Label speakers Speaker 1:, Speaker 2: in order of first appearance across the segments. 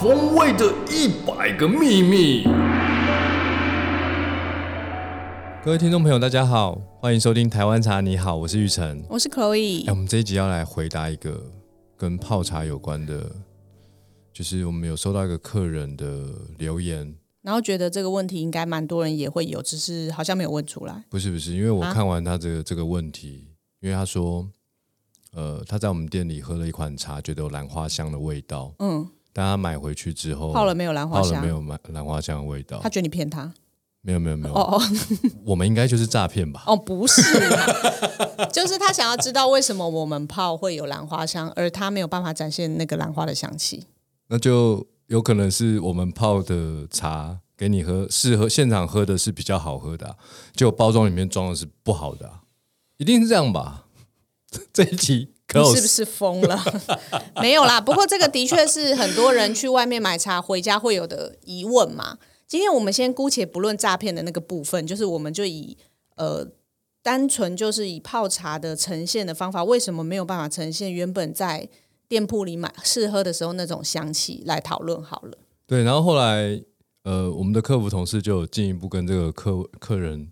Speaker 1: 风味的一百个秘密。
Speaker 2: 各位听众朋友，大家好，欢迎收听《台湾茶》，你好，我是玉成。
Speaker 3: 我是
Speaker 2: 哎、
Speaker 3: Chloe，
Speaker 2: 我们这一集要来回答一个跟泡茶有关的，就是我们有收到一个客人的留言，
Speaker 3: 然后觉得这个问题应该蛮多人也会有，只是好像没有问出来。
Speaker 2: 不是不是，因为我
Speaker 3: 啊
Speaker 2: 看完他这个、这个问题，因为他说，呃，他在我们店里喝了一款茶，觉得有兰花香的味道，
Speaker 3: 嗯，
Speaker 2: 但他买回去之后
Speaker 3: 泡了没有兰花
Speaker 2: 哦泡了
Speaker 3: 香
Speaker 2: 没？有哦兰兰花香的味道
Speaker 3: 他，觉得你骗他？
Speaker 2: 没有没有没有，
Speaker 3: 哦哦
Speaker 2: 我们应该就是诈骗吧？
Speaker 3: 哦，不是 啦，就是他想要知道为什么我们泡会有兰花香，而他没有办法展现那个兰花的香气。
Speaker 2: 那就有可能是我们泡的茶给你喝，适合现场喝的是比较好喝的、啊，结果包装里面装的是不好的、啊，一定是这样吧？ 这一集可有
Speaker 3: 你是不是疯了？ 没有啦，不过这个的确是很多人去外面买茶回家会有的疑问嘛。今天我们先姑且不论诈骗的那个部分，就是我们就以呃单纯就是以泡茶的呈现的方法，为什么没有办法呈现原本在店铺里买试喝的时候那种香气来讨论好了。
Speaker 2: 对，然后后来呃，我们的客服同事就有进一步跟这个客客人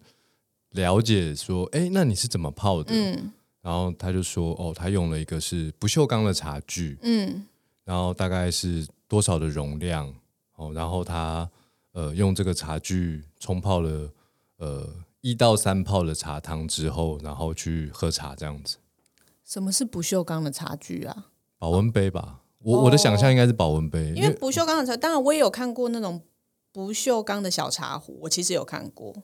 Speaker 2: 了解说，哎，那你是怎么泡的？
Speaker 3: 嗯
Speaker 2: 然后他就说，哦，他用了一个是不锈钢的茶具，
Speaker 3: 嗯
Speaker 2: 然后大概是多少的容量哦，然后他呃用这个茶具冲泡了呃一到三泡的茶汤之后，然后去喝茶这样子，
Speaker 3: 什么是不锈钢的茶具啊？
Speaker 2: 保温杯吧，我、我的想象应该是保温杯，
Speaker 3: 哦因为不锈钢的茶，当然我也有看过那种不锈钢的小茶壶，我其实有看过。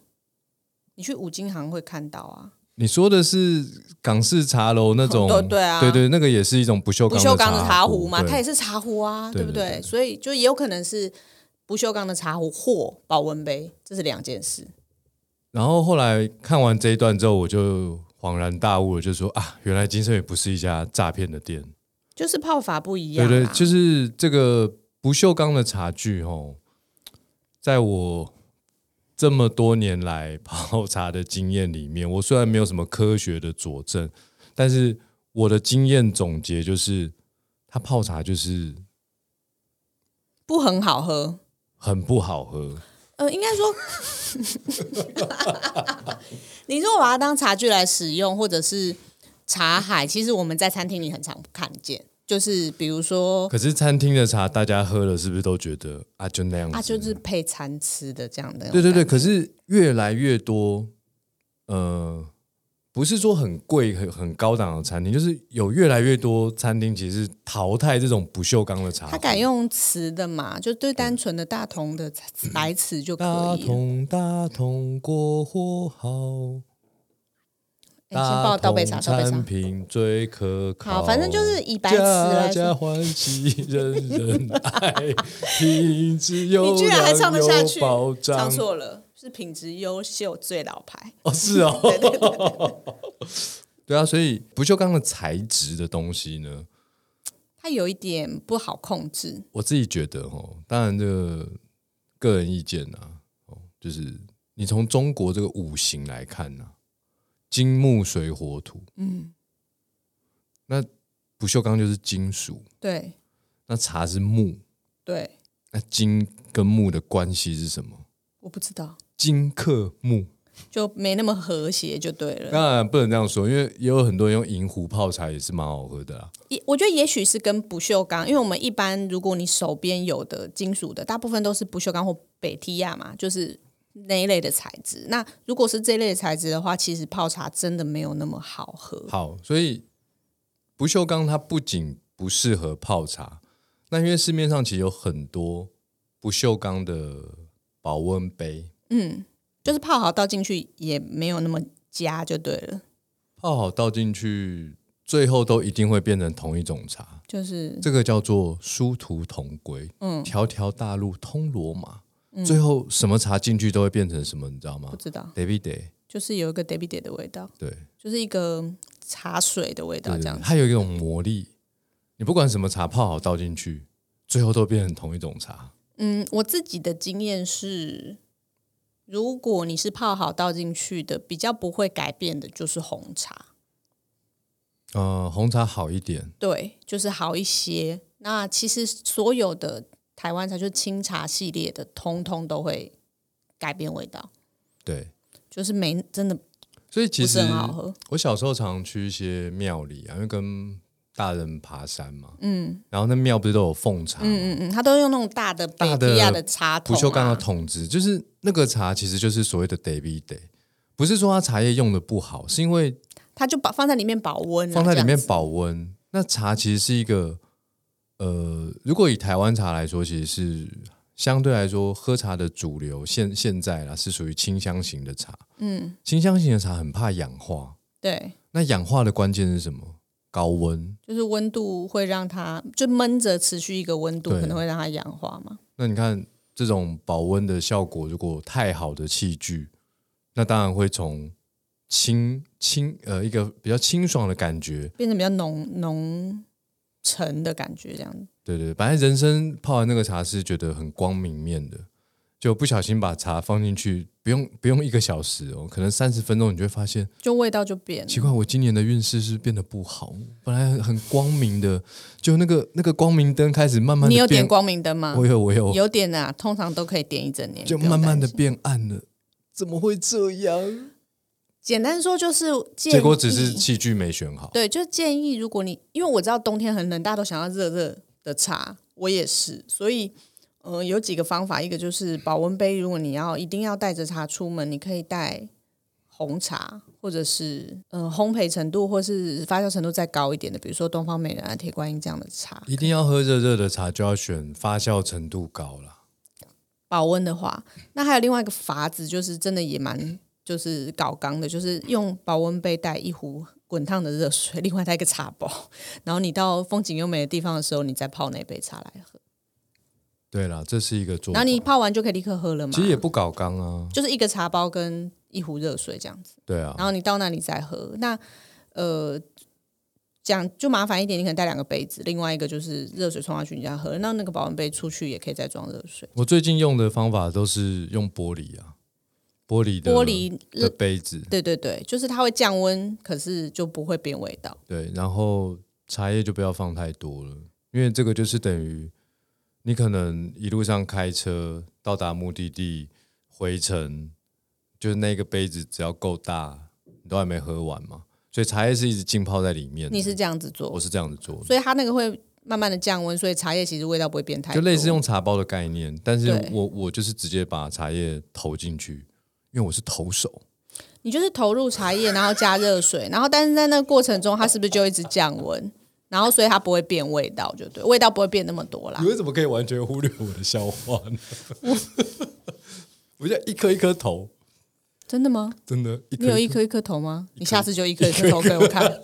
Speaker 3: 你去五金行会看到啊，
Speaker 2: 你说的是港式茶楼那种，
Speaker 3: 对对啊
Speaker 2: 对对，那个也是一种不锈
Speaker 3: 不
Speaker 2: 钢
Speaker 3: 锈钢的
Speaker 2: 茶
Speaker 3: 茶壶嘛，
Speaker 2: 对
Speaker 3: 它也是茶壶啊，
Speaker 2: 对
Speaker 3: 不
Speaker 2: 对对对
Speaker 3: 所以就也有可能是不锈钢的茶壶或保温杯，这是两件事。
Speaker 2: 然后后来看完这一段之后，我就恍然大悟了，就说啊，原来金盛也不是一家诈骗的店。
Speaker 3: 就是泡法不一样、啊，
Speaker 2: 对对，就是这个不锈钢的茶具哦，在我这么多年来泡茶的经验里面，我虽然没有什么科学的佐证，但是我的经验总结就是，它泡茶就是
Speaker 3: 不很好喝。
Speaker 2: 很不好喝。
Speaker 3: 呃，应该 说，你如果把它当茶具来使用，或者是茶海，其实我们在餐厅里很常看见，就是比如 说
Speaker 2: 可是餐厅的茶，大家喝了是不是都觉得啊就那样子？
Speaker 3: 啊，就是配餐吃的这样的。
Speaker 2: 对对对，，可是越来越多，呃，不是说很贵、很很高档的餐厅，就是有越来越多餐厅其实淘汰这种不锈钢的茶壶。
Speaker 3: 他改用瓷的嘛，就对单纯的大同的白瓷就可
Speaker 2: 大
Speaker 3: 以了。
Speaker 2: 同大同国货好，
Speaker 3: 哎先帮我倒杯茶，倒
Speaker 2: 大
Speaker 3: 杯
Speaker 2: 同产
Speaker 3: 茶。
Speaker 2: 品最可靠。
Speaker 3: 好，反正就是以白瓷来
Speaker 2: 家家
Speaker 3: 说，
Speaker 2: 欢喜，人人爱， 品质优良
Speaker 3: 你居然还唱得下
Speaker 2: 有
Speaker 3: 去
Speaker 2: 保，障
Speaker 3: 唱错了，是品质优秀最老牌。
Speaker 2: 哦，是哦， 对啊，所以不锈钢的材质的东西呢，
Speaker 3: 它有一点不好控制，
Speaker 2: 我自己觉得哦，当然这个个人意见啊，哦，就是你从中国这个五行来看呢、啊金木水火土，
Speaker 3: 嗯，
Speaker 2: 那不锈钢就是金属，
Speaker 3: 对
Speaker 2: 那茶是木，
Speaker 3: 对，
Speaker 2: 那金跟木的关系是什么？
Speaker 3: 我不知道，
Speaker 2: 金克木，
Speaker 3: 就没那么和谐就对了。
Speaker 2: 当然不能这样说，因为也有很多人用银壶泡茶也是蛮好喝的啦。啊
Speaker 3: 也我觉得也许是跟不锈钢，因为我们一般如果你手边有的金属的，大部分都是不锈钢或北提亚嘛，就是那一类的材质。那如果是这一类的材质的话，其实泡茶真的没有那么好喝。
Speaker 2: 好，所以不锈钢它不仅不适合泡茶，那因为市面上其实有很多不锈钢的保温杯，
Speaker 3: 嗯，就是泡好倒进去也没有那么佳就对了，
Speaker 2: 泡好倒进去，最后都一定会变成同一种茶。
Speaker 3: 就是
Speaker 2: 这个叫做殊途同归，
Speaker 3: 嗯
Speaker 2: 条条大路通罗马。最后什么茶进去都会变成什么，你知道
Speaker 3: 不
Speaker 2: 吗
Speaker 3: 知道，
Speaker 2: ？David Day，
Speaker 3: 就是有一个 d a b i d 的味道，
Speaker 2: 对，
Speaker 3: 就是一个茶水的味道
Speaker 2: 对
Speaker 3: 这
Speaker 2: 对
Speaker 3: 样子。
Speaker 2: 它有一种魔力，你不管什么茶泡好倒进去，最后都变成同一种茶。
Speaker 3: 嗯，我自己的经验是，如果你是泡好倒进去的，比较不会改变的就是红茶，
Speaker 2: 呃，红茶好一点，
Speaker 3: 对，就是好一些。那其实所有的台湾茶，就是清茶系列的，通通都会改变味道，
Speaker 2: 对，
Speaker 3: 就是没真的
Speaker 2: 所以其
Speaker 3: 不是
Speaker 2: 实
Speaker 3: 很好喝。
Speaker 2: 我小时候常去一些庙里啊，因为跟大人爬山嘛，嗯，然后那庙不是都有奉茶嘛，
Speaker 3: 嗯嗯，他都用那种大的
Speaker 2: 大
Speaker 3: 北
Speaker 2: 的
Speaker 3: 提亚的茶
Speaker 2: 不
Speaker 3: 桶、啊，
Speaker 2: 锈钢的桶子，就是那个茶其实就是所谓的 day by day，不是说它茶叶用的不好，是因为
Speaker 3: 它就保放在里面保温、啊，
Speaker 2: 放在里
Speaker 3: 这样
Speaker 2: 面
Speaker 3: 子
Speaker 2: 保温。那茶其实是一个，呃，如果以台湾茶来说，其实是相对来说喝茶的主流现现在啦是属于清香型的茶。嗯，清香型的茶很怕氧化，
Speaker 3: 对，
Speaker 2: 那氧化的关键是什么？高温。
Speaker 3: 就是温度会让它就闷着持续一个温度，
Speaker 2: 对
Speaker 3: 可能会让它氧化嘛。
Speaker 2: 那你看这种保温的效果，如果太好的器具，那当然会从清清呃一个比较清爽的感觉，
Speaker 3: 变成比较浓浓沉的感觉，这样
Speaker 2: 对对，本来人生泡完那个茶是觉得很光明面的，就不小心把茶放进去，不用不用一个小时哦，可能三十分钟你就会发现，
Speaker 3: 就味道就变
Speaker 2: 奇
Speaker 3: 了。
Speaker 2: 怪，我今年的运势是不是变得不好，本来很很光明的，就那个那个光明灯开始慢慢的
Speaker 3: 你有点，光明灯吗？
Speaker 2: 我有我有，
Speaker 3: 有点啊，通常都可以点一整年。
Speaker 2: 就
Speaker 3: 不用
Speaker 2: 慢慢的
Speaker 3: 担心。
Speaker 2: 变暗了，怎么会这样？
Speaker 3: 简单说就是建议，
Speaker 2: 结果只是器具没选好，
Speaker 3: 对，就建议如果你因为我知道冬天很冷，大家都想要热热的茶，我也是，所以。呃，有几个方法，一个就是保温杯，如果你要一定要带着茶出门，你可以带红茶，或者是呃烘焙程度或是发酵程度再高一点的，比如说东方美人啊、铁观音这样的茶。
Speaker 2: 一定要喝热热的茶，就要选发酵程度高啦。
Speaker 3: 保温的话，那还有另外一个法子，就是真的也蛮就是搞刚的，就是用保温杯带一壶滚烫的热水， 另外带一个茶包，然后你到风景优美的地方的时候，你再泡那杯茶来喝，
Speaker 2: 对啦，这是一个做
Speaker 3: 然
Speaker 2: 法，
Speaker 3: 后你泡完就可以立刻喝了嘛。
Speaker 2: 其实也不搞刚啊，
Speaker 3: 就是一个茶包跟一壶热水这样子，
Speaker 2: 对啊
Speaker 3: 然，后你到那里再喝。那呃，讲就麻烦一点，你可能带两个杯子，另外一个就是热水冲下去你再喝，那那个保温杯出去也可以再装热水。
Speaker 2: 我最近用的方法都是用玻璃啊，玻璃的
Speaker 3: 玻璃
Speaker 2: 的杯子，
Speaker 3: 对对对，就是它会降温，可是就不会变味道。
Speaker 2: 对，然后茶叶就不要放太多了，因为这个就是等于你可能一路上开车到达目的地回程，就是那个杯子只要够大，你都还没喝完嘛，所以茶叶是一直浸泡在里面的。
Speaker 3: 你是这样子做
Speaker 2: 我，是这样子做的，
Speaker 3: 所以它那个会慢慢的降温，所以茶叶其实味道不会变太多。
Speaker 2: 就类似用茶包的概念，但是
Speaker 3: 对
Speaker 2: 我我就是直接把茶叶投进去，因为我是投手。
Speaker 3: 你就是投入茶叶，然后加热水，然后但是在那个过程中，它是不是就一直降温？然后所以它不会变味道，就对，味道不会变那么多啦
Speaker 2: 你。为什么可以完全忽略我的笑话呢？ 我现在一颗一颗投，
Speaker 3: 真的吗？
Speaker 2: 真的，一
Speaker 3: 你有
Speaker 2: 颗
Speaker 3: 一
Speaker 2: 颗
Speaker 3: 颗一颗投吗？你下次就一颗一颗投给我看，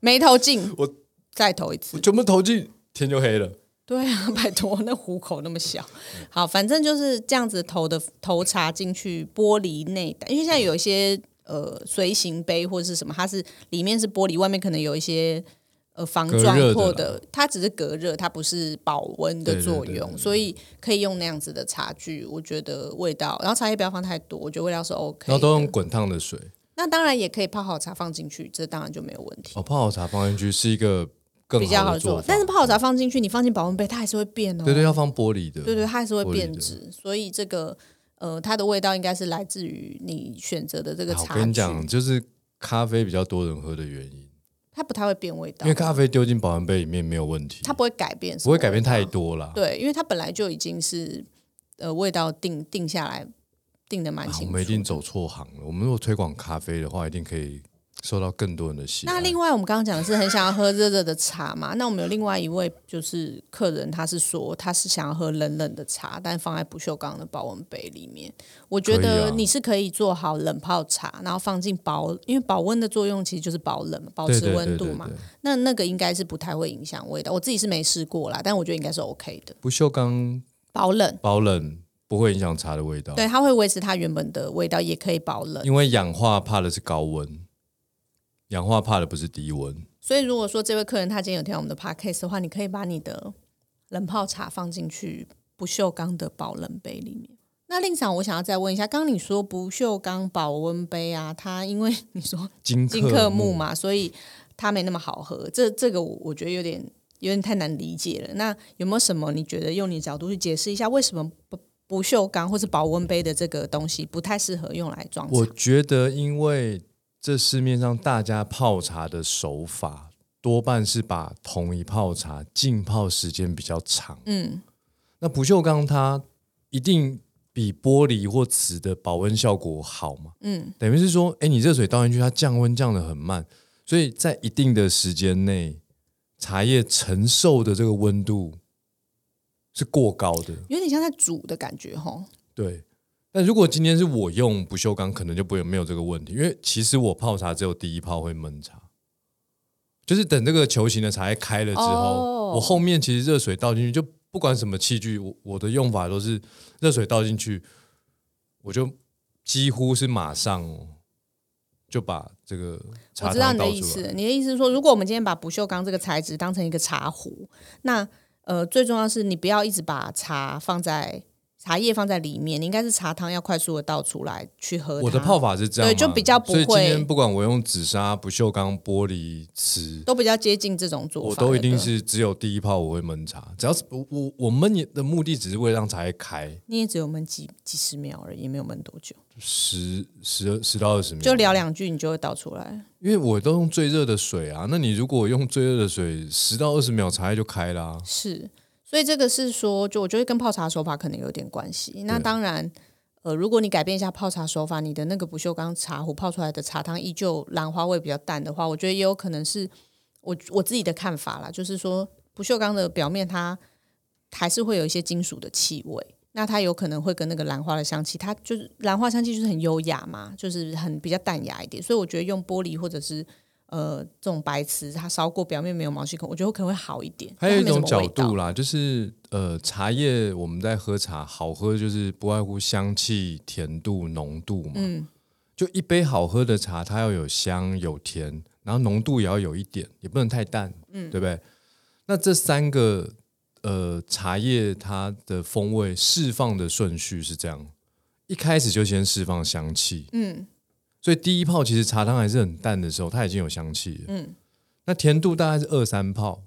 Speaker 3: 没投进，
Speaker 2: 我
Speaker 3: 再投一
Speaker 2: 我
Speaker 3: 次。
Speaker 2: 全部投进，天就黑了。
Speaker 3: 对啊，拜托，那虎口那么小，好，反正就是这样子投的投茶进去玻璃内胆，因为现在有一些呃随行杯或者是什么，它是里面是玻璃，外面可能有一些呃防撞
Speaker 2: 隔热的
Speaker 3: 破
Speaker 2: 啦
Speaker 3: 的，它只是隔热，它不是保温的
Speaker 2: 对对
Speaker 3: 作
Speaker 2: 对
Speaker 3: 用，
Speaker 2: 对
Speaker 3: 所以可以用那样子的茶具，我觉得味道，然后茶叶不要放太多，我觉得味道是 OK 的。
Speaker 2: 然后都用滚烫的水，
Speaker 3: 那当然也可以泡好茶放进去，这当然就没有问题，
Speaker 2: 哦，泡好茶放进去是一个更
Speaker 3: 比较
Speaker 2: 的
Speaker 3: 好
Speaker 2: 做
Speaker 3: 做
Speaker 2: 法。。
Speaker 3: 但是泡好茶放进去，你放进保温杯，它还是会变哦。
Speaker 2: 对对，要放玻璃的，
Speaker 3: 对对，它还是会
Speaker 2: 玻璃
Speaker 3: 变
Speaker 2: 的
Speaker 3: 质，所以这个呃，它的味道应该是来自于你选择的这个
Speaker 2: 好，
Speaker 3: 茶
Speaker 2: 我跟你
Speaker 3: 具
Speaker 2: 讲，就是咖啡比较多人喝的原因，
Speaker 3: 它不太会变味道
Speaker 2: 因为，咖啡丢进保温杯里面没有问题，
Speaker 3: 啊它不会改变，
Speaker 2: 不会改变太。多啦。
Speaker 3: 对，因为它本来就已经是呃味道定定下来，定的蛮
Speaker 2: 啊，我
Speaker 3: 清楚。
Speaker 2: 们一定走错行了。我们如果推广咖啡的话，一定可以受到更多人的喜爱。
Speaker 3: 那另外，我们刚刚讲的是很想要喝热热的茶嘛？那我们有另外一位就是客人，他是说他是想要喝冷冷的茶，但放在不锈钢的保温杯里面。我觉
Speaker 2: 可以
Speaker 3: 得
Speaker 2: 啊
Speaker 3: 你是可以做好冷泡茶，然后放进保，因为保温的作用其实就是保冷嘛，保
Speaker 2: 对
Speaker 3: 持
Speaker 2: 对
Speaker 3: 温
Speaker 2: 对
Speaker 3: 度
Speaker 2: 对
Speaker 3: 嘛
Speaker 2: 对。
Speaker 3: 那那个应该是不太会影响味道，我自己是没试过啦，但我觉得应该是 OK 的，
Speaker 2: 不锈钢
Speaker 3: 保冷。
Speaker 2: 保冷不会影响茶的味道，
Speaker 3: 对，它会维持它原本的味道，也可以保冷。
Speaker 2: 因为氧化怕的是高温，氧化怕的不是低温。
Speaker 3: 所以如果说这位客人他今天有听到我们的 podcast 的话，你可以把你的冷泡茶放进去不锈钢的保冷杯里面。那令赏，我想要再问一下，刚刚你说不锈钢保温杯啊，它因为你说
Speaker 2: 金
Speaker 3: 金克木
Speaker 2: 木
Speaker 3: 嘛，所以它没那么好喝。这这个我我觉得有点有点太难理解了。那有没有什么你觉得用你的角度去解释一下，为什么不不锈钢或是保温杯的这个东西不太适合用来装
Speaker 2: 我
Speaker 3: 茶？
Speaker 2: 觉得，因为这市面上大家泡茶的手法，多半是把同一泡茶浸泡时间比较长。
Speaker 3: 嗯，
Speaker 2: 那不锈钢它一定比玻璃或瓷的保温效果好嘛？
Speaker 3: 嗯，
Speaker 2: 等于是说，哎，你热水倒进去，它降温降的很慢，所以在一定的时间内，茶叶承受的这个温度是过高的。
Speaker 3: 有点像在煮的感觉吼。
Speaker 2: 对，但如果今天是我用不锈钢，可能就不会没有这个问题，因为其实我泡茶只有第一泡会闷茶，就是等这个球形的茶叶开了之后，
Speaker 3: 哦
Speaker 2: 我后面其实热水倒进去，就不管什么器具，我我的用法都是热水倒进去，我就几乎是马上哦就把这个
Speaker 3: 我
Speaker 2: 茶
Speaker 3: 知道
Speaker 2: 汤
Speaker 3: 你的
Speaker 2: 倒
Speaker 3: 意
Speaker 2: 出
Speaker 3: 思
Speaker 2: 来。，
Speaker 3: 你的意思是说，如果我们今天把不锈钢这个材质当成一个茶壶，那呃，最重要是你不要一直把茶放在茶叶放在里面，你应该是茶汤要快速的倒出来去喝它。
Speaker 2: 我的泡法是这样嘛，
Speaker 3: 对就比较不
Speaker 2: 所以今
Speaker 3: 会
Speaker 2: 天不管我用紫砂、不锈钢、玻璃、瓷，
Speaker 3: 都比较接近这种做
Speaker 2: 我
Speaker 3: 法，
Speaker 2: 都一定
Speaker 3: 对不对
Speaker 2: 是只有第一泡我会闷茶，只要是我我我闷也的目的只是为了让茶叶开
Speaker 3: 你也只有闷几几十秒而已，也没有闷多久，
Speaker 2: 十十十到二十秒，
Speaker 3: 就聊两句你就会倒出来。
Speaker 2: 因为我都用最热的水啊，那你如果用最热的水十到二十秒茶叶就开啦、
Speaker 3: 是，所以这个是说，就我觉得跟泡茶手法可能有点关系。那当然，呃，如果你改变一下泡茶手法，你的那个不锈钢茶壶泡出来的茶汤依旧兰花味比较淡的话，我觉得也有可能是我我自己的看法啦，就是说不锈钢的表面它还是会有一些金属的气味。那它有可能会跟那个兰花的香气，它就是兰花香气就是很优雅嘛，就是很比较淡雅一点，所以我觉得用玻璃或者是呃这种白瓷，它烧过表面没有毛细孔，我觉得可能会好一点。
Speaker 2: 还有一
Speaker 3: 因为它
Speaker 2: 种
Speaker 3: 没什么
Speaker 2: 角
Speaker 3: 味道
Speaker 2: 度啦，就是呃，茶叶我们在喝茶，好喝就是不外乎香气、甜度、浓度嘛。
Speaker 3: 嗯
Speaker 2: 就一杯好喝的茶，它要有香有甜，然后浓度也要有一点，也不能太淡，嗯，对不对？那这三个呃茶叶它的风味释放的顺序是这样：一开始就先释放香气，
Speaker 3: 嗯
Speaker 2: 所以第一泡其实茶汤还是很淡的时候，它已经有香气了。
Speaker 3: 嗯，
Speaker 2: 那甜度大概是二三泡，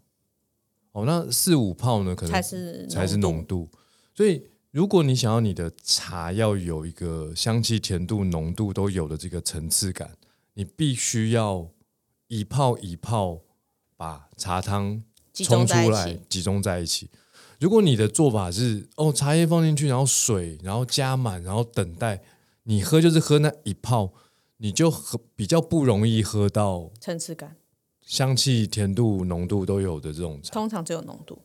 Speaker 2: 哦，那四五泡呢可能
Speaker 3: 才是
Speaker 2: 才是浓度。所以，如果你想要你的茶要有一个香气、甜度、浓度都有的这个层次感，你必须要一泡一泡把茶汤
Speaker 3: 集
Speaker 2: 冲
Speaker 3: 中
Speaker 2: 出
Speaker 3: 在一
Speaker 2: 来
Speaker 3: 起，，
Speaker 2: 集中在一起。如果你的做法是哦，茶叶放进去，然后水，然后加满，然后等待你喝，就是喝那一泡，你就喝比较不容易喝到
Speaker 3: 层次感
Speaker 2: 香气、甜度、浓度都有的这种茶。
Speaker 3: 通常只有浓度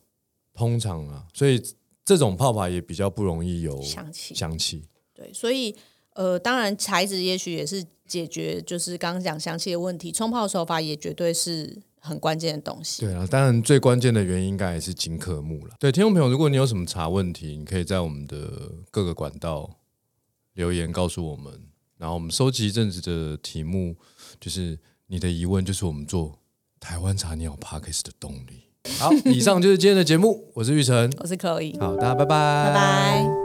Speaker 2: 通常啊，所以这种泡法也比较不容易有
Speaker 3: 香气。
Speaker 2: 哦香气。
Speaker 3: 对，所以呃，当然材质也许也是解决就是刚刚讲香气的问题，冲泡手法也绝对是很关键的东西。
Speaker 2: 对啊，当然最关键的原因应该也是金克木了。对，听众朋友，如果你有什么茶问题，你可以在我们的各个管道留言告诉我们，然后我们收集一阵子的题目，就是你的疑问，就是我们做台湾茶鸟 p a c k e s 的动力。好，以上就是今天的节目，我是玉成，
Speaker 3: 我是 Chloe，
Speaker 2: 好，大家拜拜，
Speaker 3: 拜拜。